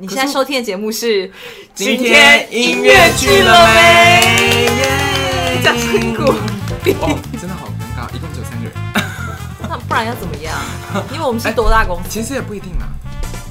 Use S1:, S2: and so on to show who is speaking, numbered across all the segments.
S1: 你现在收听的节目是《
S2: 今天音乐剧了没？嗯
S1: 没掌声鼓，
S2: 哇，哦真的好尴尬，一共只有三个人。
S1: 那不然要怎么样？因为我们是多大公 司，
S2: 其实也不一定啦，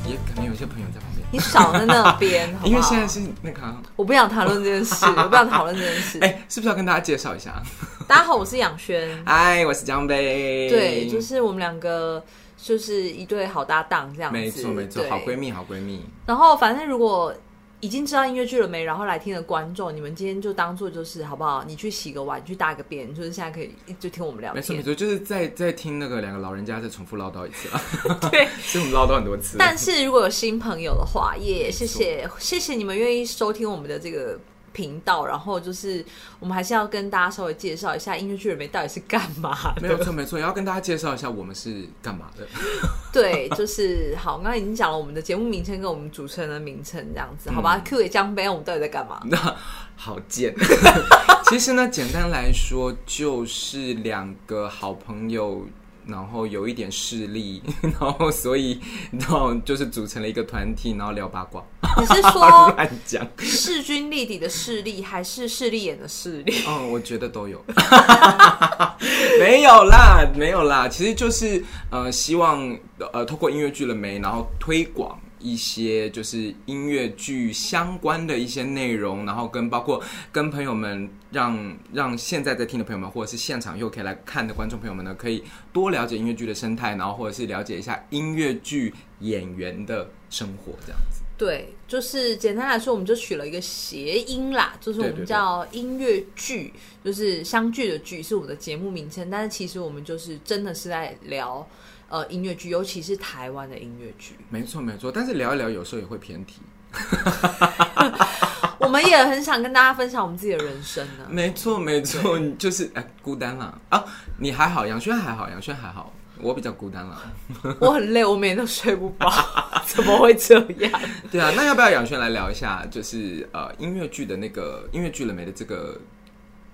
S2: 也可能有些朋友在旁边。
S1: 你少在那边， 好不好
S2: 因为现在是那个啊，
S1: 我不想谈论这件 事，我不想讨论这件事。
S2: 哎、哎是不是要跟大家介绍一下？
S1: 大家好，我是杨轩，
S2: 嗨，我是江贝。
S1: 对，就是我们两个就是一对好搭档这样子，
S2: 没错没错，
S1: 对
S2: 好闺。蜜好闺蜜。
S1: 然后反正如果已经知道音乐剧了没，然后来听的观众，你们今天就当做就是好不好？你去洗个碗，去大个便，就是现在可以就听我们聊
S2: 没错
S1: 天。
S2: 没错，就是在在听那个两个老人家再重复唠叨一次 啊，
S1: 对，
S2: 所以我们唠叨很多次。
S1: 但是如果有新朋友的话，也谢谢谢谢你们愿意收听我们的这个。频道，然后就是我们还是要跟大家稍微介绍一下音乐剧人没到底是干嘛
S2: 没
S1: 的。
S2: 有错没错，也要跟大家介绍一下我们是干嘛的。
S1: 对，就是好，刚刚已经讲了我们的节目名称跟我们主持人的名称这样子，好
S2: 嗯
S1: 吧？Q 给江杯，我们到底在 干嘛？
S2: 那好贱。其实呢，简单来说，就是两个好朋友，然后有一点势力， 然后所以然后就是组成了一个团体，然后聊八卦，
S1: 你是说
S2: 乱讲。
S1: 势均力敌的势力，还是势利眼的势力？
S2: 嗯，我觉得都有， 没有啦，没有啦。其实就是呃，希望呃，透过音乐剧了没，然后推广一些就是音乐剧相关的一些内容，然后跟包括跟朋友们让让现在在听的朋友们，或者是现场又可以来看的观众朋友们呢，可以多了解音乐剧的生态，然后或者是了解一下音乐剧演员的生活这样子。
S1: 对，就是简单来说，我们就取了一个谐音啦，就是我
S2: 对对
S1: 们
S2: 对
S1: 叫音乐剧，就是相聚的剧是我们的节目名称，但是其实我们就是真的是在聊呃音乐剧，尤其是台湾的音乐剧。
S2: 没错没错，但是聊一聊有时候也会偏题。
S1: 我们也很想跟大家分享我们自己的人生 呢、
S2: 没错，没错，你就是哎、孤单啦啊！你还好，杨轩还好，杨轩还好，我比较孤单啦。
S1: 我很累，我每天都睡不 饱，怎么会这样？
S2: 对啊，那要不要杨轩来聊一下，就是呃音乐剧的那个音乐剧了没的这个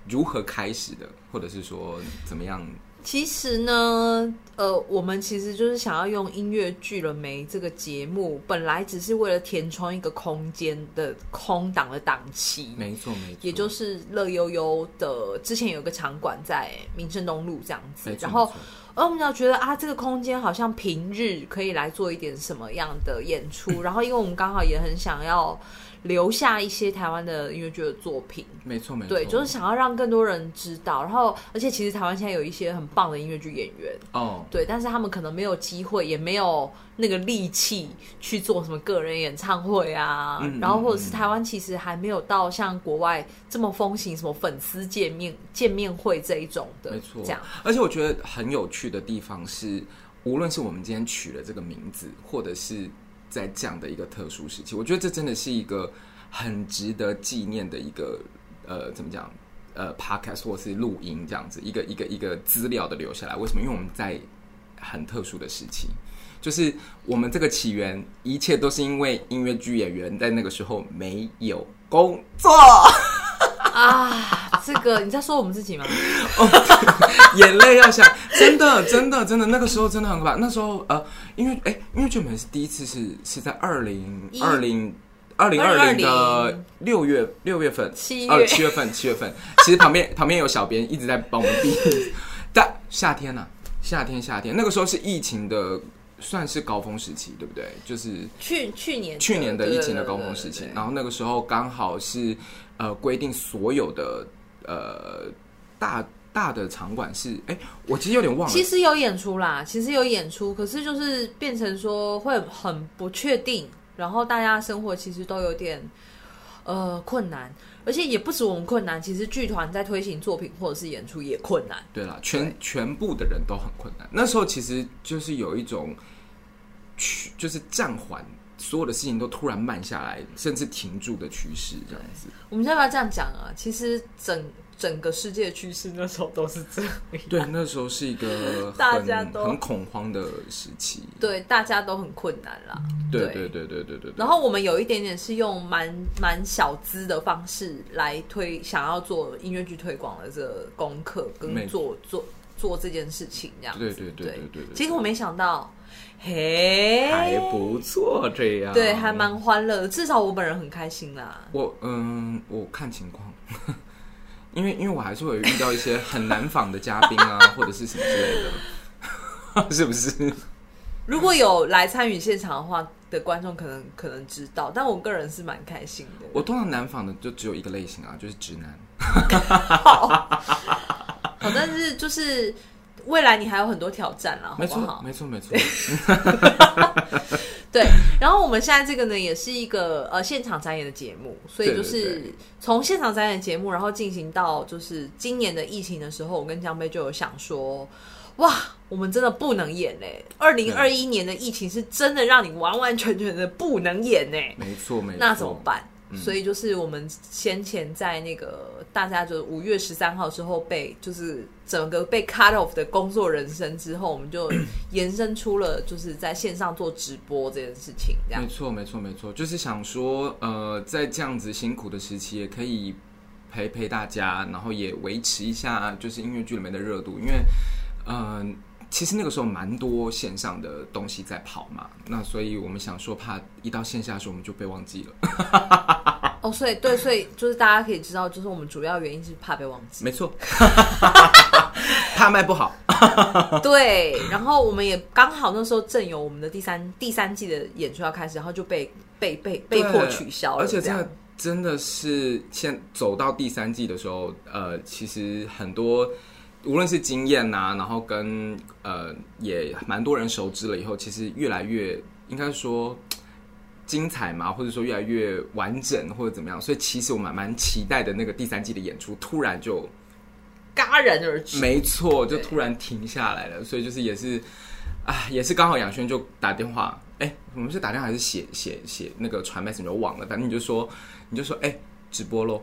S2: 如何开始的，或者是说怎么样？
S1: 其实呢，呃，我们其实就是想要用音乐剧了没这个节目，本来只是为了填充一个空间的空档的档期，
S2: 没错，没错，
S1: 也就是乐悠悠的之前有个场馆在民生东路这样子
S2: 没，错
S1: 然后
S2: 没错
S1: 而我们要觉得啊，这个空间好像平日可以来做一点什么样的演 出，然后因为我们刚好也很想要留下一些台湾的音乐剧的作品，
S2: 没错，没错，
S1: 对，就是想要让更多人知道。然后，而且其实台湾现在有一些很棒的音乐剧演员，
S2: 哦，
S1: 对，但是他们可能没有机会，也没有那个力气去做什么个人演唱会啊。
S2: 嗯
S1: 然后，或者是台湾其实还没有到像国外这么风行什么粉丝见面见面会这一种的，
S2: 没错
S1: 这样。
S2: 而且我觉得很有趣的地方是，无论是我们今天取了这个名字，或者是在这样的一个特殊时期，我觉得这真的是一个很值得纪念的一个呃，怎么讲？呃，podcast 或是录音这样子，一个一个一个资料的留下来。为什么？因为我们在很特殊的时期，就是我们这个起源，一切都是因为音乐剧演员在那个时候没有工作，
S1: 啊，这个你在说我们自己吗？
S2: 眼泪要下，真的，真的，真的，那个时候真的很可怕。那时候呃，因为哎，因为剧本是第一次是是在二零
S1: 一
S2: 二零二零二
S1: 2020
S2: 零的六月六月份，
S1: 七月
S2: 呃七月份七月份。其实旁边 旁边有小编一直在帮我们避， 但夏天呐、夏天夏天，那个时候是疫情的算是高峰时期，对不对？就是
S1: 去去年
S2: 去年的
S1: 对
S2: 疫
S1: 对
S2: 情的
S1: 对
S2: 高
S1: 对
S2: 峰
S1: 对
S2: 时期
S1: 对，
S2: 然后那个时候刚好是呃规定所有的呃大大的场馆是，哎、我其实有点忘了
S1: 其，实有演出啦，其实有演出，可是就是变成说会很不确定，然后大家生活其实都有点呃困难，而且也不止我们困难，其实剧团在推行作品或者是演出也困难。
S2: 对啦，全全部的人都很困难。那时候其实就是有一种趋，就是暂缓，所有的事情都突然慢下来，甚至停住的趋势，这样子。
S1: 我们要不要这样讲啊？其实整整个世界的趋势那时候都是这样，
S2: 对，那时候是 一个
S1: 大家
S2: 很
S1: 都
S2: 很恐慌的时期。
S1: 对，大家都很困难啦。
S2: 对
S1: 对
S2: 对对对对对对。
S1: 然后我们有一点点是用蛮蛮小资的方式来推，想要做音乐剧推广的这个功课
S2: 没
S1: 跟做做做这件事情，这样子
S2: 对对对对
S1: 对
S2: 对对
S1: 结果我没想到，嘿，
S2: 还不啊错，这样
S1: 哎对，还蛮欢乐的，至少我本人很开心啦。
S2: 我嗯，我看情况，因为因为我还是会遇到一些很难访的嘉宾啊，或者是什么之类的， 是不是？
S1: 如果有来参与现场的话的观众，可能 可能知道，但我个人是蛮开心的。
S2: 我通常难访的就只有一个类型啊，就是直男。
S1: 好，但是就是未来你还有很多挑战啦，好
S2: 没
S1: 不
S2: 错，
S1: 好？
S2: 没错，没错。
S1: 对，然后我们现在这个呢，也是一个呃现场展演的节目，所以就
S2: 对
S1: 是
S2: 对对
S1: 从现场展演节目，然后进行到就是今年的疫情的时候，我跟江贝就有想说，哇，我们真的不能演嘞！二零二一年的疫情是真的让你完完全全的不能演呢，
S2: 没错，嗯没错。
S1: 那怎么？办？所以就是我们先前在那个大家就是五月十三号之后被就是整个被 cut off 的工作人生之后，我们就延伸出了就是在线上做直播这件事情，这样
S2: 没错， 没错，没错，就是想说，呃，在这样子辛苦的时期，也可以陪陪大家，然后也维持一下就是音乐剧里面的热度，因为，呃，其实那个时候蛮多线上的东西在跑嘛，那所以我们想说，怕一到线下的时候我们就被忘记了。
S1: 哦，所以对，所以就是大家可以知道，就是我们主要原因是怕被忘记，
S2: 没错，怕卖不好。嗯
S1: 对。然后我们也刚好那时候正有我们的第三第三季的演出要开始，然后就被被被被迫
S2: 对
S1: 取消了，
S2: 而且
S1: 这
S2: 真
S1: 样
S2: 的真的是现走到第三季的时候，呃，其实很多无论是经验呐、然后跟呃也蛮多人熟知了以后，其实越来越应该说。精彩嘛，或者说越来越完整，或者怎么样，所以其实我蛮蛮期待的那个第三季的演出，突然就
S1: 戛然而止。
S2: 没错，就
S1: 对
S2: 突然停下来了，所以就是也是，啊，也是刚好杨轩就打电话，哎、我们是打电话还是写写写那个传 message 我忘了，反正你就说你就说哎、直播喽，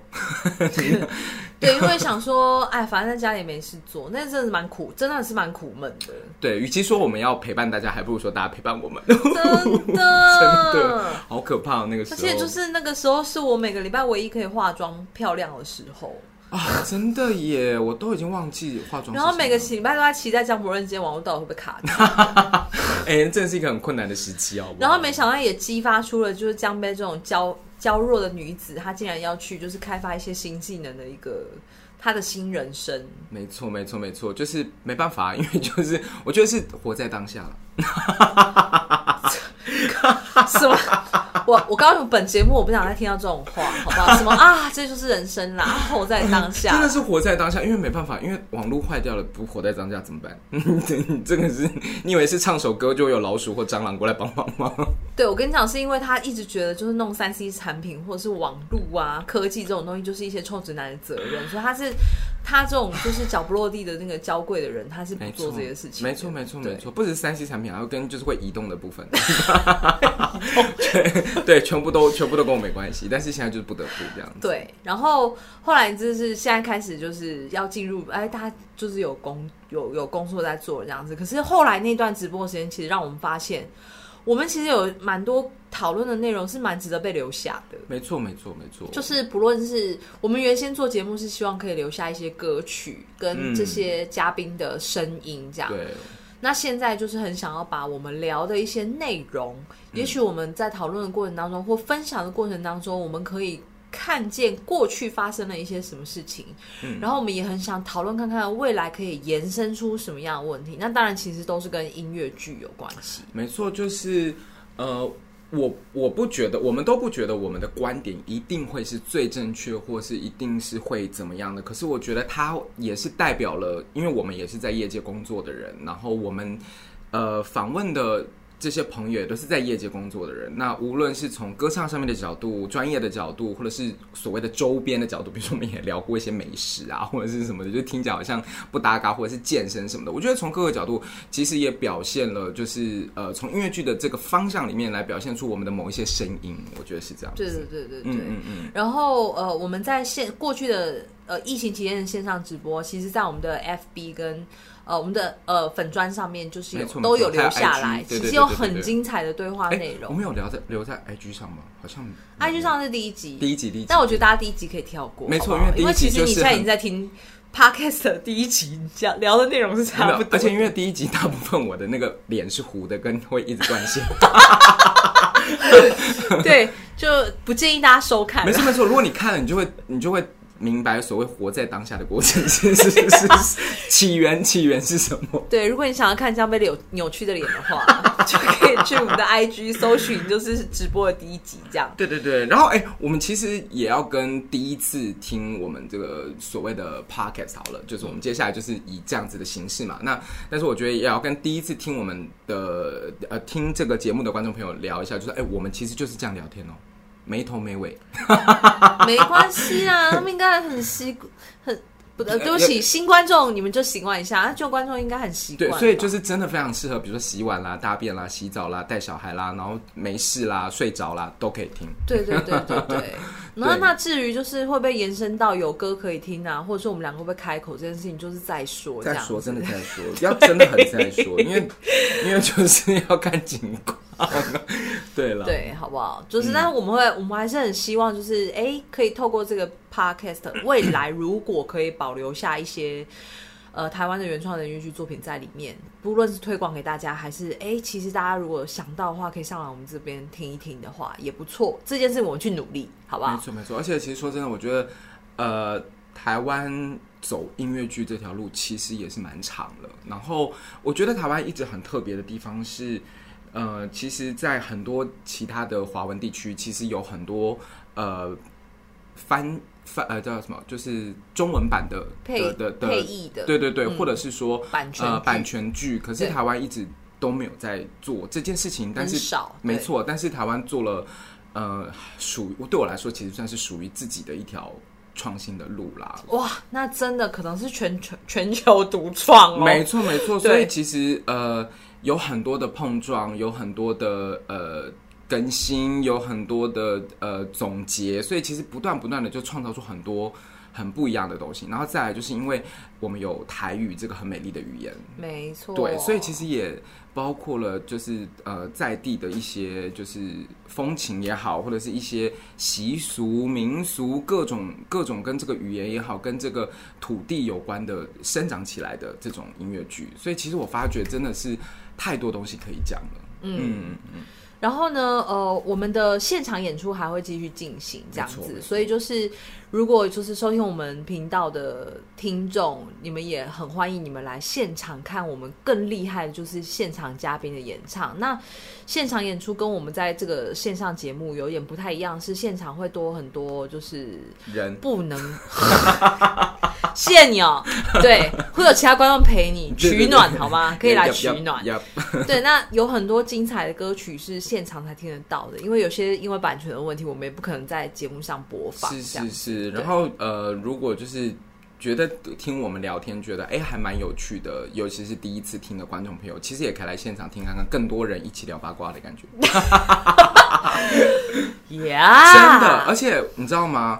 S1: 对，因为想说，哎，反正在家里没事做，那真的是蛮苦，真的是蛮苦闷的，
S2: 对，与其说我们要陪伴大家，还不如说大家陪伴 我们，
S1: 真的。
S2: 的好可怕、哦、那个时
S1: 而
S2: 候，
S1: 且就是那个时候，是我每个礼拜唯一可以化妆漂亮的时候。
S2: 啊，真的耶，我都已经忘记化哦妆是什么了，
S1: 然后每个礼拜都在期待张博任今天网络到底会不会卡 住。
S2: 哎、真的是一个很困难的时期哦，好不好
S1: 然后没想到也激发出了就是江杯这种娇娇弱的女子，她竟然要去就是开发一些新技能的一个她的新人 生。
S2: 没错没错没错，就是没办法，因为就是我觉得是活在当下了，
S1: 什么？我我告诉你，本节目我不想再听到这种话，好不好？什么啊，这就是人生啦，活在当下。
S2: 真的是活在当下，因为没办法，因为网络坏掉了，不活在当下怎么办？ 这个是你以为是唱首歌就有老鼠或蟑螂过来帮忙 吗？
S1: 对，我跟你讲，是因为他一直觉得就是弄三 C 产品或者是网络啊、科技这种东西，就是一些臭直男的责任，所以他是他这种就是脚不落地的那个娇贵的人，他是不
S2: 没
S1: 做
S2: 错，
S1: 这些事情的。
S2: 没错，没错，
S1: 对
S2: 没。错，不只是三 C 产品，还有跟就是会移动的部 分，对对，全部都全部都跟我没关系，但是现在就是不得不这样子。
S1: 对，然后后来就是现在开始就是要进入，哎，大家就是有工有有工作在做这样子。可是后来那段直播时间，其实让我们发现，我们其实有蛮多讨论的内容是蛮值得被留下的。
S2: 没错，没错，没错，
S1: 就是不论是我们原先做节目是希望可以留下一些歌曲跟这些嘉宾的声音这样，
S2: 嗯对，
S1: 那现在就是很想要把我们聊的一些内容，
S2: 嗯
S1: 也许我们在讨论的过程当中或分享的过程当中，我们可以。看见过去发生了一些什么事情，
S2: 嗯
S1: 然后我们也很想讨论看看未来可以延伸出什么样的问题。那当然，其实都是跟音乐剧有关系。
S2: 没错，就是呃，我我不觉得，我们都不觉得我们的观点一定会是最正确，或是一定是会怎么样的。可是我觉得它也是代表了，因为我们也是在业界工作的人，然后我们呃访问的。这些朋友也都是在业界工作的人，那无论是从歌唱上面的角度、专业的角度，或者是所谓的周边的角度，比如说我们也聊过一些美食啊，或者是什么的，就听起来好像不搭嘎，或者是健身什么的。我觉得从各个角度，其实也表现了，就是呃，从音乐剧的这个方向里面来表现出我们的某一些声音，我觉得是这样子。
S1: 对对对对对。
S2: 嗯嗯嗯，
S1: 然后呃，我们在线过去的呃疫情期间的线上直播，其实，在我们的 FB 跟呃我们的呃粉砖上面，就是有
S2: 没错
S1: 都有
S2: 没错
S1: 留
S2: 还有
S1: 下
S2: IG
S1: 来，
S2: 对对
S1: 其实
S2: 对
S1: 有
S2: 对对
S1: 很
S2: 对
S1: 精彩的对话
S2: 哎、
S1: 内
S2: 我
S1: 容。
S2: 们有聊在留在 IG 上吗？好像
S1: IG 上是第一集，
S2: 第一集第一集，
S1: 但我觉得大家第一集可以跳过，
S2: 没错
S1: 好不好
S2: 因为第一集
S1: 因为其实
S2: 就
S1: 你
S2: 是
S1: 现在已
S2: 很
S1: 经在听 podcast 的第一集讲聊的内容是差不多的，
S2: 而且因为第一集大部分我的那个脸是糊的，跟会一直断线。
S1: 对，就不建议大家收看
S2: 没
S1: 啦。
S2: 错没错，如果你看了，你就会你就会明白所谓活在当下的过程是是是是是起源起源是什么。
S1: 对，如果你想要看江贝柳扭曲的脸的话， 就可以去我们的 IG 搜寻，就是直播的第一集这样。
S2: 对对对，然后哎、我们其实也要跟第一次听我们这个所谓的 podcast 好了，就是我们接下来就是以这样子的形式嘛。那但是我觉得也要跟第一次听我们的呃听这个节目的观众朋友聊一下，就是哎、我们其实就是这样聊天哦，没头没尾。
S1: 没关系啊，他们应该很习很不呃，对不起，新观众你们就习惯一下，啊旧观众应该很习惯
S2: 对，
S1: 吧。
S2: 所以就是真的非常适合，比如说洗碗啦、大便啦、洗澡啦、带小孩啦，然后没事啦、睡着啦都可以听。
S1: 对对对对 对。那那至于就是会不会延伸到有歌可以听啊，或者说我们两个会不会开口这件事情，就是再说这
S2: 再
S1: 样。
S2: 说，真的再说，要真的很再说，因为因为就是要看情况。对了，
S1: 对，好不好？
S2: 嗯
S1: 就是，但是我们会，我们还是很希望，就是哎、诶可以透过这个 podcast，未 来如果可以保留下一些呃台湾的原创的音乐剧作品在里面，不论是推广给大家，还是哎、诶其实大家如果想到的话，可以上来我们这边听一听的话，也不错。这件事我们去努力，好不
S2: 没
S1: 好？
S2: 错没错。而且其实说真的，我觉得呃，台湾走音乐剧这条路其实也是蛮长了。然后我觉得台湾一直很特别的地方是，呃，其实，在很多其他的华文地区，其实有很多呃翻翻呃叫什么，就是中文版的
S1: 配
S2: 的的的
S1: 配译的
S2: 对对对，
S1: 嗯
S2: 或者是说
S1: 版权
S2: 呃
S1: 剧
S2: 版权剧，可是
S1: 对
S2: 台湾一直都没有在做这件事情，但
S1: 很
S2: 是
S1: 少，
S2: 没
S1: 对。
S2: 错，但是台湾做了，呃，属于对我来说，其实算是属于自己的一条创新的路啦。
S1: 哇，那真的可能是全球全球独创哦。
S2: 没错，没错。所以
S1: 对
S2: 其实呃，有很多的碰撞，有很多的呃更新，有很多的呃总结，所以其实不断不断的就创造出很多很不一样的东西。然后再来就是因为我们有台语这个很美丽的语言，
S1: 没错。
S2: 对，所以其实也包括了，就是呃在地的一些就是风情也好，或者是一些习俗、民俗各种各种跟这个语言也好，跟这个土地有关的生长起来的这种音乐剧。所以其实我发觉真的是太多东西可以讲了。嗯，
S1: 然后呢，呃，我们的现场演出还会继续进行这样
S2: 没错没
S1: 子，
S2: 错
S1: 所以就是如果就是收听我们频道的听众，你们也很欢迎你们来现场看我们更厉害的就是现场嘉宾的演唱。那现场演出跟我们在这个线上节目有点不太一样，是现场会多很多就是
S2: 人
S1: 不 能，谢谢你哦，对，会有其他观众陪你
S2: 对对
S1: 取
S2: 对
S1: 暖好吗？可以来
S2: 要
S1: 取暖。
S2: 要要
S1: 对，那有很多精彩的歌曲是现场才听得到的，因为有些因为版权的问题，我们也不可能在节目上播放。
S2: 是
S1: 这样
S2: 是是，
S1: 对
S2: 然后呃，如果就是觉得听我们聊天，觉得哎还蛮有趣的，尤其是第一次听的观众朋友，其实也可以来现场听看看，更多人一起聊八卦的感觉，
S1: ，Yeah，
S2: 真的。而且你知道吗？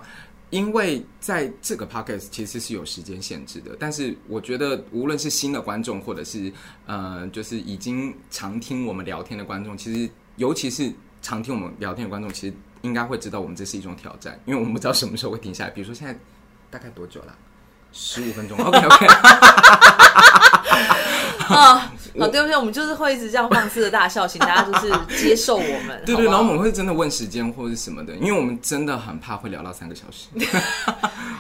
S2: 因为在这个 podcast 其实是有时间限制的，但是我觉得无论是新的观众，或者是呃，就是已经常听我们聊天的观众，其实尤其是常听我们聊天的观众，其实应该会知道我们这是一种挑战，因为我们不知道什么时候会停下来。比如说现在大概多久啦？十五 分钟。OK OK，
S1: 啊，哦，对不起，我们就是会一直这样放肆的大笑，请大家就是接受我们。
S2: 对
S1: 好
S2: 对，
S1: 不好
S2: 然后我们会真的问时间或者是什么的，因为我们真的很怕会聊到三个小时。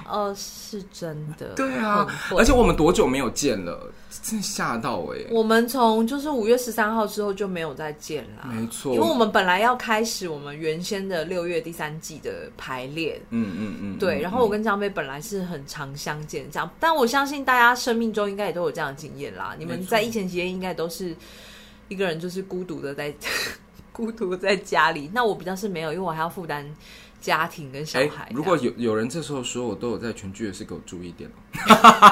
S1: 呃，是真的，
S2: 对啊
S1: 很，会
S2: 而且我们多久没有见了？真的吓到哎、
S1: 我们从就是五月十三号之后就没有再见啦，
S2: 没错
S1: 因为我们本来要开始我们原先的六月第三季的排练，
S2: 嗯嗯嗯，
S1: 对，
S2: 嗯
S1: 然后我跟张贝本来是很常相见这样，但我相信大家生命中应该也都有这样的经验啦。你
S2: 没
S1: 们
S2: 错
S1: 在疫情期间应该都是一个人，就是孤独的在 孤独地在家里。那我比较是没有，因为我还要负担家庭跟小
S2: 哎、
S1: 孩。
S2: 如果有有人这时候说我都有在群聚的事，给我注意一点哦。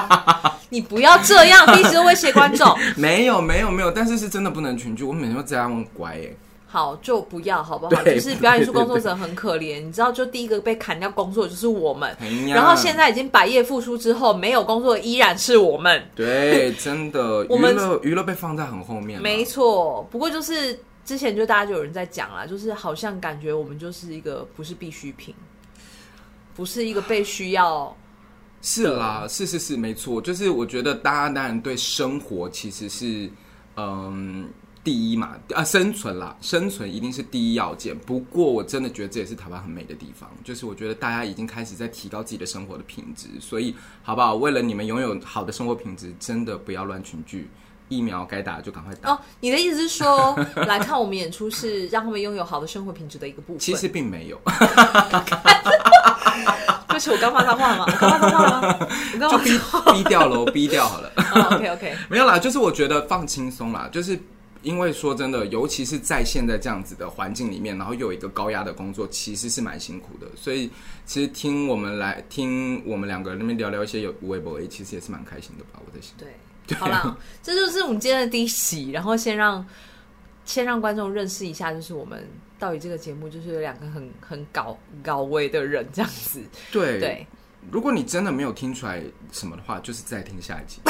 S1: 你不要这 样，第一次威胁观众。
S2: 没有没有没有，但是是真的不能群聚，我每天都在家很乖哎、
S1: 好，就不要好不好？
S2: 对
S1: 就是表演术工作者很可怜，你知道，就第一个被砍掉工作的就是我们，
S2: 哎呀
S1: 然后现在已经百业复苏之后，没有工作的依然是我们。
S2: 对，真的，
S1: 我
S2: 娱
S1: 们
S2: 乐娱乐被放在很后面了，
S1: 没错，不过就是之前就大家就有人在讲啦，就是好像感 觉我们就是一个不是必需品，不是一个被需要
S2: 是啦，是是是，没错，就是我觉得大家当然对生活其实是，嗯，第一嘛，啊，生存啦，生存一定是第一要件。不过我真的觉得这也是台湾很美的地方，就是我觉得大家已经开始在提高自己的生活的品质，所以好不好？为了你们拥有好的生活品质，真的不要乱群聚，疫苗该打就赶快打。
S1: 哦，你的意思是说， 来看我们演出是让他们拥有好的生活品质的一个部分？
S2: 其实，并没有，
S1: 而且我刚骂他话 吗？我刚骂他话吗？我刚
S2: 就
S1: 骂
S2: 逼逼掉喽，逼掉好了。
S1: 哦，OK OK，
S2: 没有啦，就是我觉得放轻松啦，就是因为说真的，尤其是在现在这样子的环境里面，然后又有一个高压的工作，其实是蛮辛苦的。所以其实听我们来听我们两个人那边聊聊一些有微博，其实也是蛮开心的吧？我在想，
S1: 对，好啦，这就是我们今天的第一集，然后先让先让观众认识一下，就是我们到底这个节目就是两个很很搞搞味的人这样子，
S2: 对
S1: 对，
S2: 如果你真的没有听出来什么的话，就是再听下一集。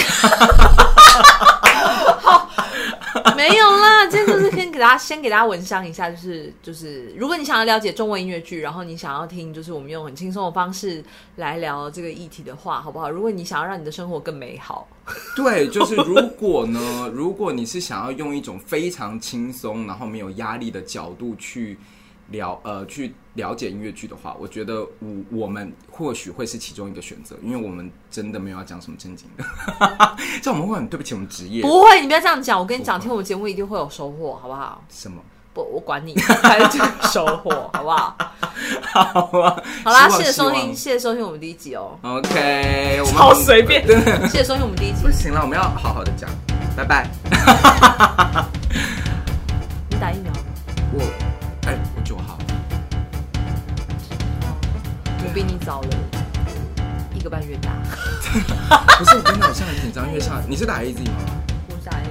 S1: 没有啦，今天就是先给大家先给大家文商一下，就是就是，如果你想要了解中文音乐剧，然后你想要听，就是我们用很轻松的方式来聊这个议题的话，好不好？如果你想要让你的生活更美好，
S2: 对，就是如果呢，如果你是想要用一种非常轻松，然后没有压力的角度去了呃去了解音乐剧的话，我觉得我我们或许会是其中一个选择，因为我们真的没有要讲什么正经的， 这样我们会很对不起我们职业。
S1: 不会，你不要这样讲，我跟你讲，
S2: 不会
S1: 听我们节目一定会有收获，好不好？
S2: 什么？
S1: 不，我管 你，还是收获，好不好？
S2: 好啊，
S1: 好啦，
S2: 希望
S1: 谢谢收。听，
S2: 希
S1: 谢谢收听我们第一集哦，
S2: 望 OK，我们
S1: 好随 便
S2: 真的
S1: 谢谢收听我们第一集
S2: 不，行了，我们要好好的讲，拜拜。
S1: 你打疫苗吗，
S2: 我哎、我九号，
S1: 我比你早了一个半月打，
S2: 不是我真的，我现在很紧张，因为像你是打 AZ 吗？
S1: 我打 A Z。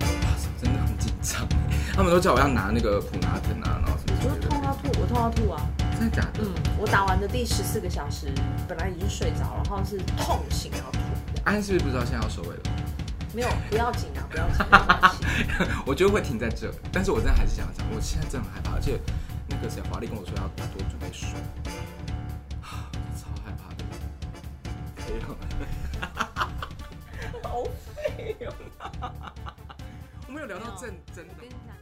S2: 哇塞真的很紧张。欸他们都叫我要拿那个普拿疼啊，然后什么
S1: 我
S2: 什么
S1: 就痛
S2: 的。
S1: 到吐，我痛到吐啊！
S2: 真的假的
S1: 嗯？，我打完的第十四个小时，本来已经睡着，然后是痛醒然后吐这样，
S2: 安是不是不知道现在要收尾了？
S1: 没有，不要紧啊，不要紧没关系，
S2: 我觉得会停在这，但是我真的还是想要讲，我现在真的很害怕，而且那个谁华丽跟我说要多准备水，啊超害怕的。可以了，
S1: 好废哦。哦
S2: 我们有聊到正真的
S1: 我。跟你讲。